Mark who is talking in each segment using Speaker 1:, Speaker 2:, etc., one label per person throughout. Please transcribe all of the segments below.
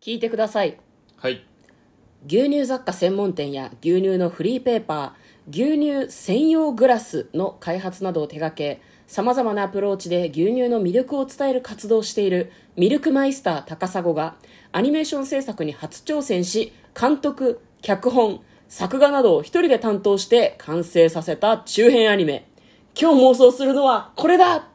Speaker 1: 聞いてください
Speaker 2: はい
Speaker 1: 牛乳雑貨専門店や牛乳のフリーペーパー牛乳専用グラスの開発などを手掛けさまざまなアプローチで牛乳の魅力を伝える活動をしているミルクマイスター高砂がアニメーション制作に初挑戦し監督脚本作画などを一人で担当して完成させた中編アニメ今日妄想するのはこれだ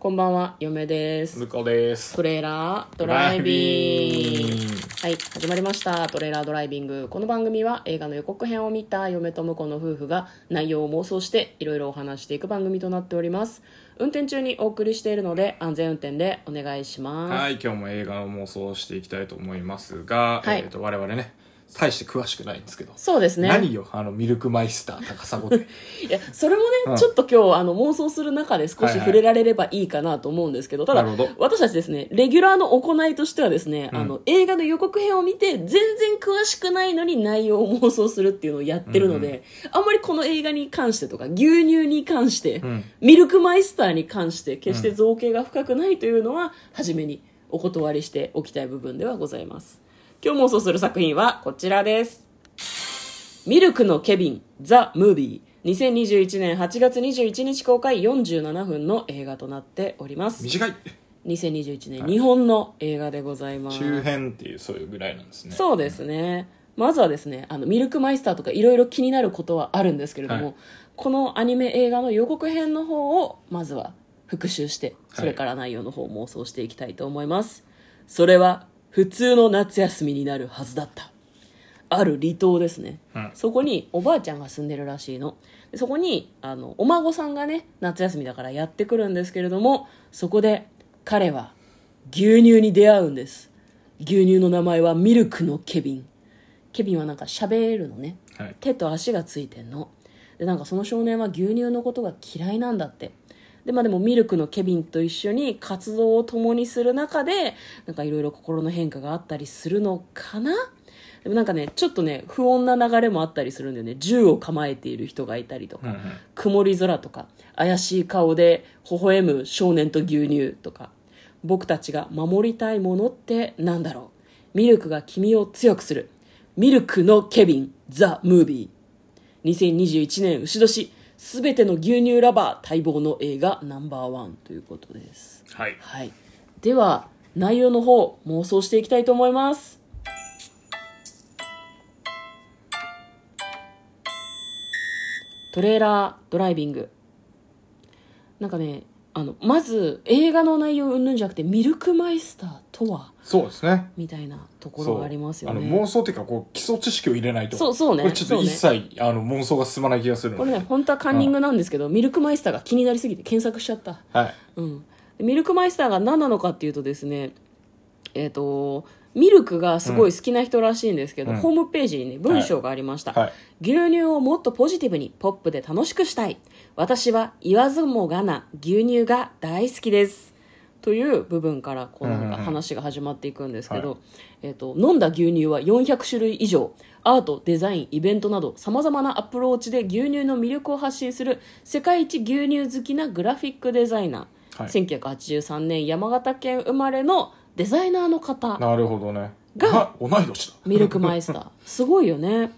Speaker 1: こんばんは嫁です
Speaker 2: 向こうです
Speaker 1: トレーラードライビング
Speaker 2: ドライビング
Speaker 1: はい始まりましたトレーラードライビングこの番組は映画の予告編を見た嫁と婿の夫婦が内容を妄想していろいろお話していく番組となっております運転中にお送りしているので安全運転でお願いします
Speaker 2: はい今日も映画の妄想をしていきたいと思いますが、
Speaker 1: はい
Speaker 2: えー、と我々ね大して詳しくないんですけど、
Speaker 1: そうですね
Speaker 2: 何よあのミルクマイスター高砂 って
Speaker 1: いやそれもね、
Speaker 2: うん
Speaker 1: ちょっと今日あの妄想する中で少
Speaker 2: はい
Speaker 1: し
Speaker 2: はい
Speaker 1: 触れられればいいかなと思うんですけど、
Speaker 2: なる
Speaker 1: た
Speaker 2: ほ
Speaker 1: だ
Speaker 2: ど
Speaker 1: 私たちですねレギュラーの行いとしてはですね、
Speaker 2: うん
Speaker 1: あの映画の予告編を見て全然詳しくないのに内容を妄想するっていうのをやってるので、あんまりこの映画に関してとか牛乳に関して、
Speaker 2: ん
Speaker 1: ミルクマイスターに関して決して造形が深くないというのは初めにお断りしておきたい部分ではございます今日妄想する作品はこちらですミルクのケビン、ザ・ムービー。2021年8月21日公開47分の映画となっております。
Speaker 2: 短い
Speaker 1: 2021年、日本の映画でございます。
Speaker 2: 中編っていうそういうぐらいなんですね
Speaker 1: そうですね。まずはですね、あの、ミルクマイスターとかいろいろ気になることはあるんですけれども、
Speaker 2: はい
Speaker 1: このアニメ映画の予告編の方を、まずは復習して、それから内容の方を妄想していきたいと思います。それは、普通の夏休みになるはずだった。ある離島ですね、
Speaker 2: うん
Speaker 1: そこにおばあちゃんが住んでるらしいのでそこにあのお孫さんがね夏休みだからやってくるんですけれどもそこで彼は牛乳に出会うんです牛乳の名前はミルクのケビンケビンはなんか喋るのね
Speaker 2: はい
Speaker 1: 手と足がついてんのでなんかその少年は牛乳のことが嫌いなんだってで,、まあ、でもミルクのケビンと一緒に活動を共にする中でなんかいろいろ心の変化があったりするのかなでもなんかねちょっとね不穏な流れもあったりするんだよね銃を構えている人がいたりとか、
Speaker 2: うんうん
Speaker 1: 曇り空とか怪しい顔で微笑む少年と牛乳とか僕たちが守りたいものってなんだろうミルクが君を強くするミルクのケビンザ・ムービー2021年牛年すべての牛乳ラバー待望の映画ナンバーワンということです
Speaker 2: はい
Speaker 1: はいでは内容の方妄想していきたいと思いますトレーラードライビングなんかねあのまず映画の内容うんぬんじゃなくてミルクマイスターとは
Speaker 2: そうですね
Speaker 1: みたいなとこ
Speaker 2: そ
Speaker 1: ろ
Speaker 2: う
Speaker 1: がありますよ
Speaker 2: あの
Speaker 1: ね
Speaker 2: 妄想っていうかこう基礎知識を入れないと
Speaker 1: そうそうね
Speaker 2: これちょっと一切、
Speaker 1: そ
Speaker 2: あの妄想が進まない気がする
Speaker 1: こ
Speaker 2: の
Speaker 1: れ
Speaker 2: で
Speaker 1: ね本当はカンニングなんですけどミルクマイスターが気になりすぎて検索しちゃった
Speaker 2: はい
Speaker 1: うん、でミルクマイスターが何なのかっていうとですねえっ、とミルクがすごい好きな人らしいんですけど、
Speaker 2: うん
Speaker 1: ホームページにね文章がありました、
Speaker 2: はい
Speaker 1: 牛乳をもっとポジティブにポップで楽しくしたい私は言わずもがな牛乳が大好きですという部分からこうなん
Speaker 2: うんう
Speaker 1: か
Speaker 2: んうん
Speaker 1: 話が始まっていくんですけど、
Speaker 2: は
Speaker 1: えっと飲んだ牛乳は400種類以上アートデザインイベントなどさまざまなアプローチで牛乳の魅力を発信する世界一牛乳好きなグラフィックデザイナー、
Speaker 2: はい
Speaker 1: 1983年山形県生まれのデザイナーの方
Speaker 2: なるほどね
Speaker 1: が
Speaker 2: あ同い年だ
Speaker 1: ミルクマイスターすごいよね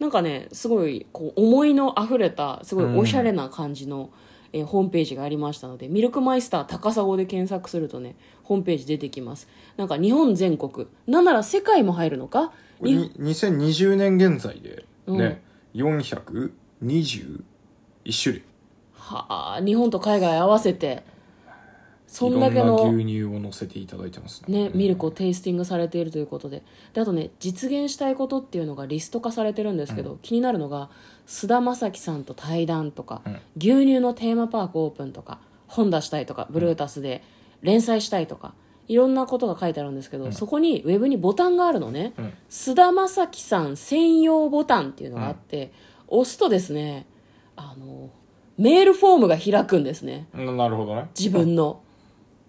Speaker 1: なんかねすごいこう思いのあふれたすごいおしゃれな感じの、えーホームページがありましたのでミルクマイスター高砂で検索するとねホームページ出てきますなんか日本全国なんなら世界も入るのか日本
Speaker 2: に2020年現在でね、421種類
Speaker 1: はあ日本と海外合わせてそんだけ
Speaker 2: いろ
Speaker 1: の
Speaker 2: んな牛乳を乗せていただいてます
Speaker 1: ね、ミルク
Speaker 2: を
Speaker 1: をテイスティングされているということでであとね実現したいことっていうのがリスト化されてるんですけど、気になるのが菅田将暉さんと対談とか、
Speaker 2: うん
Speaker 1: 牛乳のテーマパークオープンとか本出したいとかブルータスで連載したいとか、いろんなことが書いてあるんですけど、そこにウェブにボタンがあるのね
Speaker 2: うん
Speaker 1: 菅、田将暉さん専用ボタンっていうのがあって、押すとですねあのメールフォームが開くんですね。
Speaker 2: ななるほどね
Speaker 1: 自分の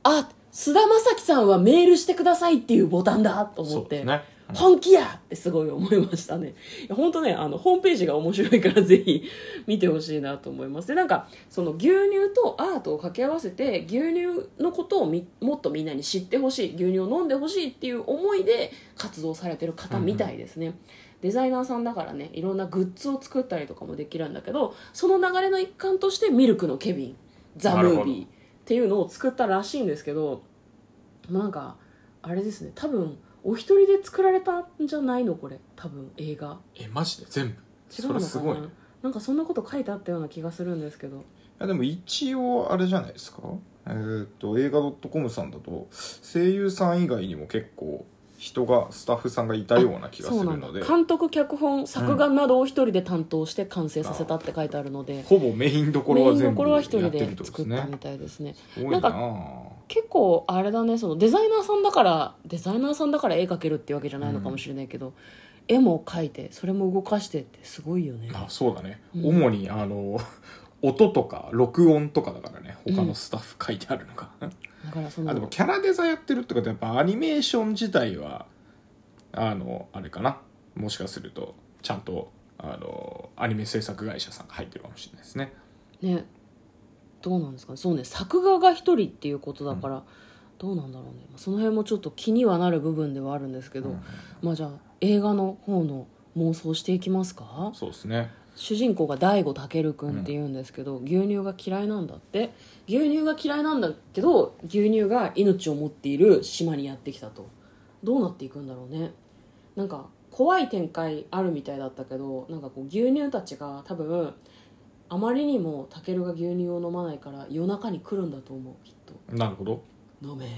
Speaker 1: あ菅田将暉さんはメールしてくださいっていうボタンだと思っ
Speaker 2: そうで
Speaker 1: て、
Speaker 2: すねうん
Speaker 1: 本気やってすごい思いましたね。いや本当ね、あの、ホームページが面白いからぜひ見てほしいなと思います。で、なんか、その牛乳とアートを掛け合わせて、牛乳のことをみもっとみんなに知ってほしい、牛乳を飲んでほしいっていう思いで活動されてる方みたいですね。デザイナーさんだからね、いろんなグッズを作ったりとかもできるんだけど、その流れの一環としてミルクのケビン、ザ・ム
Speaker 2: なる
Speaker 1: ー
Speaker 2: ほど
Speaker 1: ビーっていうのを作ったらしいんですけど、もうなんか、あれですね多分お一人で作られたんじゃないのこれ多分映画
Speaker 2: えマジで全部
Speaker 1: 違
Speaker 2: そう
Speaker 1: の
Speaker 2: れ
Speaker 1: か
Speaker 2: す
Speaker 1: な
Speaker 2: ごいね
Speaker 1: なんかそんなこと書いてあったような気がするんですけど
Speaker 2: いやでも一応あれじゃないですかえーっと映画 .com さんだと声優さん以外にも結構人がスタッフさんがいたような気がす
Speaker 1: そうな
Speaker 2: る
Speaker 1: んだ
Speaker 2: ので
Speaker 1: 監督脚本作画などを一人で担当して完成させたって書いてあるので、
Speaker 2: ほぼメインどこ
Speaker 1: メイ
Speaker 2: ろは
Speaker 1: ンの
Speaker 2: 全部
Speaker 1: 頃
Speaker 2: や
Speaker 1: は
Speaker 2: っ
Speaker 1: 一人
Speaker 2: てる
Speaker 1: で
Speaker 2: ってこと
Speaker 1: 作
Speaker 2: です
Speaker 1: ったみ
Speaker 2: ね
Speaker 1: たいですね
Speaker 2: すごいな
Speaker 1: なん結構あれだねそのデザイナーさんだからデザイナーさんだから絵描けるってわけじゃないのかもしれないけど、絵も描いてそれも動かしてってすごいよね
Speaker 2: あそうだね、
Speaker 1: うん
Speaker 2: 主にあの 音とか録音とかだからね他のスタッフ書いてあるのが、
Speaker 1: だからその
Speaker 2: あでもキャラデザやってるってことはやっぱアニメーション自体はあのあれかなもしかするとちゃんとあのアニメ制作会社さんが入ってるかもしれないですね
Speaker 1: ねどうなんですかねそうね作画が一人っていうことだから、どうなんだろうねまあその辺もちょっと気にはなる部分ではあるんですけど、
Speaker 2: うん
Speaker 1: まあじゃあ映画の方の妄想していきますか
Speaker 2: そうですね
Speaker 1: 主人公が大悟健くんっていうんですけど、牛乳が嫌いなんだって牛乳が嫌いなんだけど牛乳が命を持っている島にやってきたとどうなっていくんだろうねなんか怖い展開あるみたいだったけどなんかこう牛乳たちが多分あまりにも健が牛乳を飲まないから夜中に来るんだと思うきっと
Speaker 2: なるほど
Speaker 1: 飲めー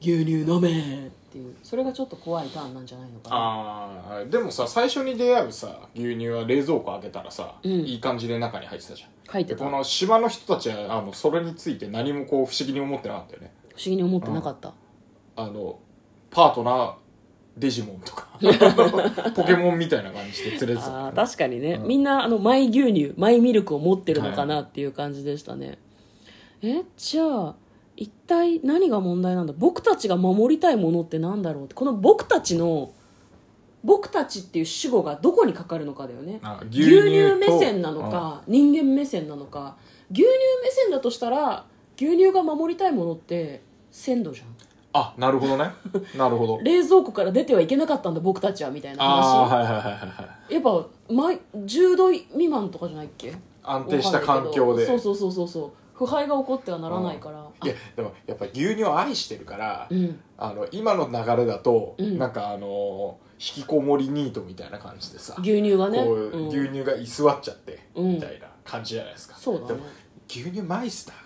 Speaker 1: 牛乳飲めーっていうそれがちょっと怖いターンなんじゃないのかな
Speaker 2: あーでもさ最初に出会うさ牛乳は冷蔵庫開けたらさ、
Speaker 1: うん
Speaker 2: いい感じで中に入ってたじゃん
Speaker 1: 書いて
Speaker 2: で
Speaker 1: た
Speaker 2: こ
Speaker 1: 不思
Speaker 2: の島の人たちはあのそれについて何もこう不思議に思ってなかったよね
Speaker 1: 議に思ってなかった
Speaker 2: あのパートナーデジモン とかポケモンみたいな感じで連れてたから
Speaker 1: あ
Speaker 2: ね、
Speaker 1: ー確かにね、
Speaker 2: うん
Speaker 1: みんなあのマイ牛乳マイミルクを持ってるのかなっていう感じでしたね、えじゃあ一体何が問題なんだ僕たちが守りたいものってなんだろうってこの僕たちの僕たちっていう主語がどこにかかるのかだよね
Speaker 2: あ
Speaker 1: 牛乳目線なの、か人間目線なのか牛乳目線だとしたら牛乳が守りたいものって鮮度じゃん
Speaker 2: うんあなるほど ねなるほど
Speaker 1: 冷蔵庫から出てはいけなかったんだ僕たちはみたいな
Speaker 2: ああ
Speaker 1: 話
Speaker 2: はいはいはいはいはい
Speaker 1: やっぱ毎10度未満とかじゃないっけ
Speaker 2: 安定した環境で
Speaker 1: そうそうそうそうそう腐敗が起こってはならないから、
Speaker 2: いやでもやっぱ牛乳を愛してるから、
Speaker 1: うん、
Speaker 2: あの今の流れだと、
Speaker 1: うん
Speaker 2: なんかあの引きこもりニートみたいな感じでさ、
Speaker 1: 牛乳がね
Speaker 2: こ
Speaker 1: う、
Speaker 2: うん牛乳が居座っちゃって、
Speaker 1: うん
Speaker 2: みたいな感じじゃないですか
Speaker 1: そうだ
Speaker 2: で
Speaker 1: ね
Speaker 2: も牛乳マイスターが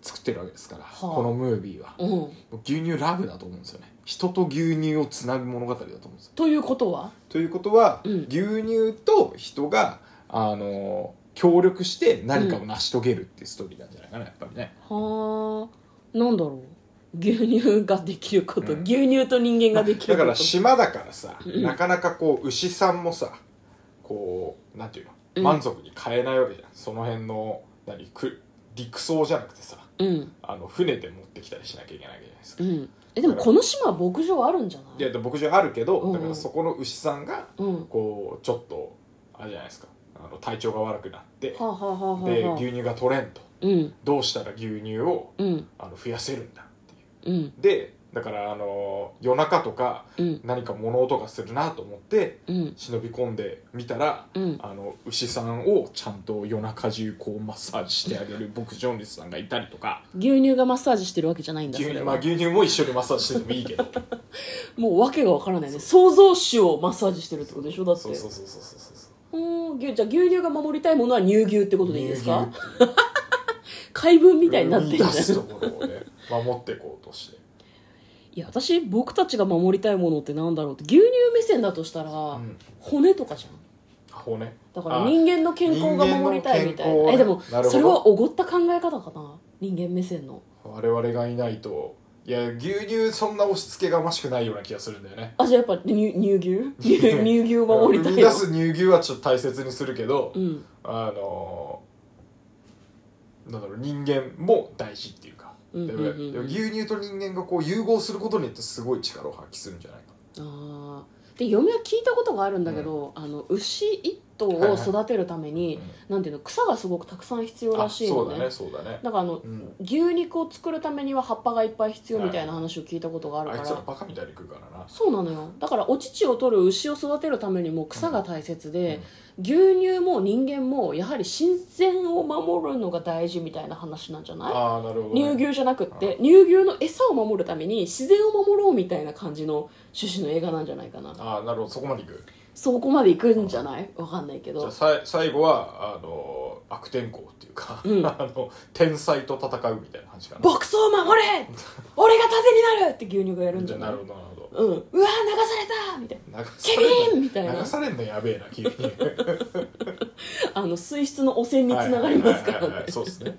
Speaker 2: 作ってるわけですから、
Speaker 1: はあ
Speaker 2: このムービーは、
Speaker 1: うん
Speaker 2: 牛乳ラブだと思うんですよね人と牛乳をつなぐ物語だと思うんですよ
Speaker 1: ということは
Speaker 2: ということは、
Speaker 1: うん
Speaker 2: 牛乳と人があの協力して何かを成し遂げるっていうストーリーなんじゃないかなやっぱりね、
Speaker 1: はあなんだろう牛乳ができること、
Speaker 2: うん
Speaker 1: 牛乳と人間ができるこ
Speaker 2: だか
Speaker 1: と
Speaker 2: ら島だからさ、
Speaker 1: うん
Speaker 2: なかなかこう牛さんもさこうなんていう
Speaker 1: う
Speaker 2: の
Speaker 1: ん
Speaker 2: 満足に買えないわけじゃん、その辺の何く陸送じゃなくてさ
Speaker 1: うん
Speaker 2: あの船で持ってきたりしなきゃいけないわけじゃないですか、
Speaker 1: うんえでもこの島は牧場あるんじゃない
Speaker 2: いやで牧場あるけど、
Speaker 1: うん
Speaker 2: だからそこの牛さんが
Speaker 1: うんは
Speaker 2: こうちょっとあれじゃないですかあの体調が悪くなって、
Speaker 1: あ、はあはあはあ
Speaker 2: で
Speaker 1: はあ
Speaker 2: 牛乳が取れんと
Speaker 1: うん
Speaker 2: どうしたら牛乳を
Speaker 1: うん
Speaker 2: あの増やせるんだっていう
Speaker 1: うん
Speaker 2: でだからあの夜中とか
Speaker 1: うん
Speaker 2: 何か物音がするなと思って
Speaker 1: うん
Speaker 2: 忍び込んでみたら、
Speaker 1: うん
Speaker 2: あの牛さんをちゃんと夜中中こうマッサージしてあげる牧場主さんがいたりとか
Speaker 1: 牛乳がマッサージしてるわけじゃないんだ
Speaker 2: 牛
Speaker 1: それ
Speaker 2: 乳,、
Speaker 1: は
Speaker 2: まあ、牛乳も一緒にマッサージしててもいいけど
Speaker 1: もう訳がわからないね創造主をマッサージしてるってことでしょだって
Speaker 2: そうそうそうそうそうそう
Speaker 1: うん牛じゃあ牛乳が守りたいものは乳牛ってことでいいですか
Speaker 2: 乳牛っていう
Speaker 1: 怪文みたいになってるじゃん
Speaker 2: 生み出すところをね守っていこうとして
Speaker 1: いや私僕たちが守りたいものってなんだろうって牛乳目線だとしたら、
Speaker 2: ん
Speaker 1: 骨とかじゃん
Speaker 2: 骨
Speaker 1: だから
Speaker 2: あ
Speaker 1: 人間の健康が守りたいみたいな、
Speaker 2: 人間の健康ね
Speaker 1: えでも
Speaker 2: なるほど
Speaker 1: それはおごった考え方かな人間目線の
Speaker 2: 我々がいないといや牛乳そんな押し付けがましくないような気がするんだよね
Speaker 1: あじゃあやっぱ乳乳 牛乳乳牛を守りたい
Speaker 2: 生み
Speaker 1: の
Speaker 2: 出す乳牛はちょっと大切にするけど、
Speaker 1: うん
Speaker 2: あのなんだろう人間も大事っていうか
Speaker 1: うん
Speaker 2: で
Speaker 1: うんうんうん
Speaker 2: 牛乳と人間がこう融合することによってすごい力を発揮するんじゃないか
Speaker 1: あーで嫁は聞いたことがあるんだけど、あの牛一頭
Speaker 2: はい
Speaker 1: を
Speaker 2: はい
Speaker 1: 育てるために、なんていうの草がすごくたくさん必要らしいのね
Speaker 2: あそうだねそうだね
Speaker 1: だからあの、
Speaker 2: うん
Speaker 1: 牛肉を作るためには葉っぱがいっぱい必要みたいな話を聞いたことがある
Speaker 2: あ
Speaker 1: か
Speaker 2: い
Speaker 1: ら、
Speaker 2: つらバカみたいに食うからな
Speaker 1: そうなのよだからお乳を取る牛を育てるためにも草が大切で、牛乳も人間もやはり自然を守るのが大事みたいな話なんじゃない
Speaker 2: ああなるほど、
Speaker 1: 乳
Speaker 2: ね、
Speaker 1: 牛じゃなくって乳牛の餌を守るために自然を守ろうみたいな感じの趣旨の映画なんじゃないかな
Speaker 2: ああなるほどそこまでいく
Speaker 1: そこまで行くんじゃないわかんないけ
Speaker 2: じゃあ
Speaker 1: ど
Speaker 2: さい最後はあの悪天候っていうか、
Speaker 1: うん
Speaker 2: あの天才と戦うみたいな話かな
Speaker 1: 牧草を守れ 俺が盾になるって牛乳がやるんじゃな
Speaker 2: ないるほどなるほど
Speaker 1: うん、うわー流されたみたいな
Speaker 2: 流
Speaker 1: ケ
Speaker 2: さ
Speaker 1: ビ
Speaker 2: れ
Speaker 1: ンみたい
Speaker 2: んの
Speaker 1: な
Speaker 2: 流されんのやべえな急に
Speaker 1: あの水質の汚染につながりますから
Speaker 2: はいはいはい
Speaker 1: ね
Speaker 2: はいそうですね、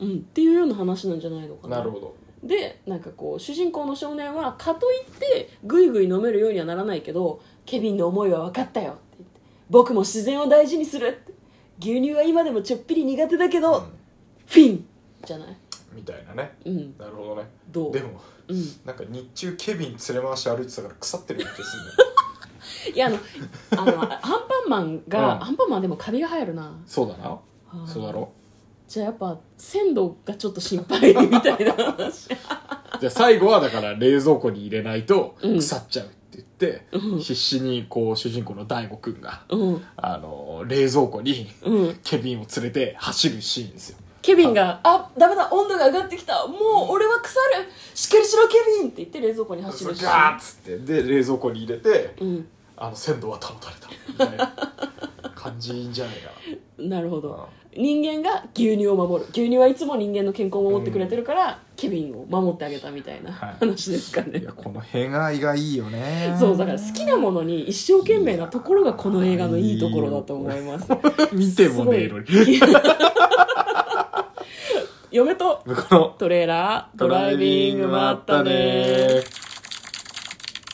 Speaker 1: うんっていうような話なんじゃないの
Speaker 2: う
Speaker 1: か
Speaker 2: ん
Speaker 1: な
Speaker 2: なるほど
Speaker 1: でなんかこう主人公の少年はかといってぐいぐい飲めるようにはならないけどケビンの思いは分かったよって言って僕も自然を大事にするって牛乳は今でもちょっぴり苦手だけど、
Speaker 2: うん
Speaker 1: フィンじゃない
Speaker 2: みたいなね
Speaker 1: うん
Speaker 2: なるほどね
Speaker 1: どう
Speaker 2: でも
Speaker 1: うん、い
Speaker 2: なんか日中ケビン連れ回して歩いてたから腐ってる気がす るね
Speaker 1: やあのあのアンパンマンが、
Speaker 2: うん
Speaker 1: アンパンマンでもカビが入るな
Speaker 2: そうだな
Speaker 1: はい
Speaker 2: そうだろ
Speaker 1: じゃあやっぱ鮮度がちょっと心配みたいな 話
Speaker 2: じゃあ最後はだから冷蔵庫に入れないと
Speaker 1: うん
Speaker 2: 腐っちゃうって言って、
Speaker 1: うん
Speaker 2: 必死にこう主人公の大悟くんが
Speaker 1: うん
Speaker 2: あの冷蔵庫に
Speaker 1: うん
Speaker 2: ケビンを連れて走るシーンですよ
Speaker 1: ケビンが「あダメだ温度が上がってきたもう俺は腐るしっかりしろケビン!」って言って冷蔵庫に走
Speaker 2: そ
Speaker 1: る
Speaker 2: れ
Speaker 1: し
Speaker 2: ガーッつってで冷蔵庫に入れて
Speaker 1: うん
Speaker 2: あの鮮度は保たれたみたい な感じじゃないか
Speaker 1: なるほ
Speaker 2: な、
Speaker 1: ど人間が牛乳を守る牛乳はいつも人間の健康を守ってくれてるから、ケビンを守ってあげたみたいな
Speaker 2: はい
Speaker 1: 話ですかね、
Speaker 2: いやこの偏愛がいいよね
Speaker 1: そうだから好きなものに一生懸命なところがこの映画のいいところだと思い ます
Speaker 2: 見てもねえ のに
Speaker 1: 嫁と
Speaker 2: この
Speaker 1: トレーラードライビングもあったね
Speaker 2: ドライビングもあったね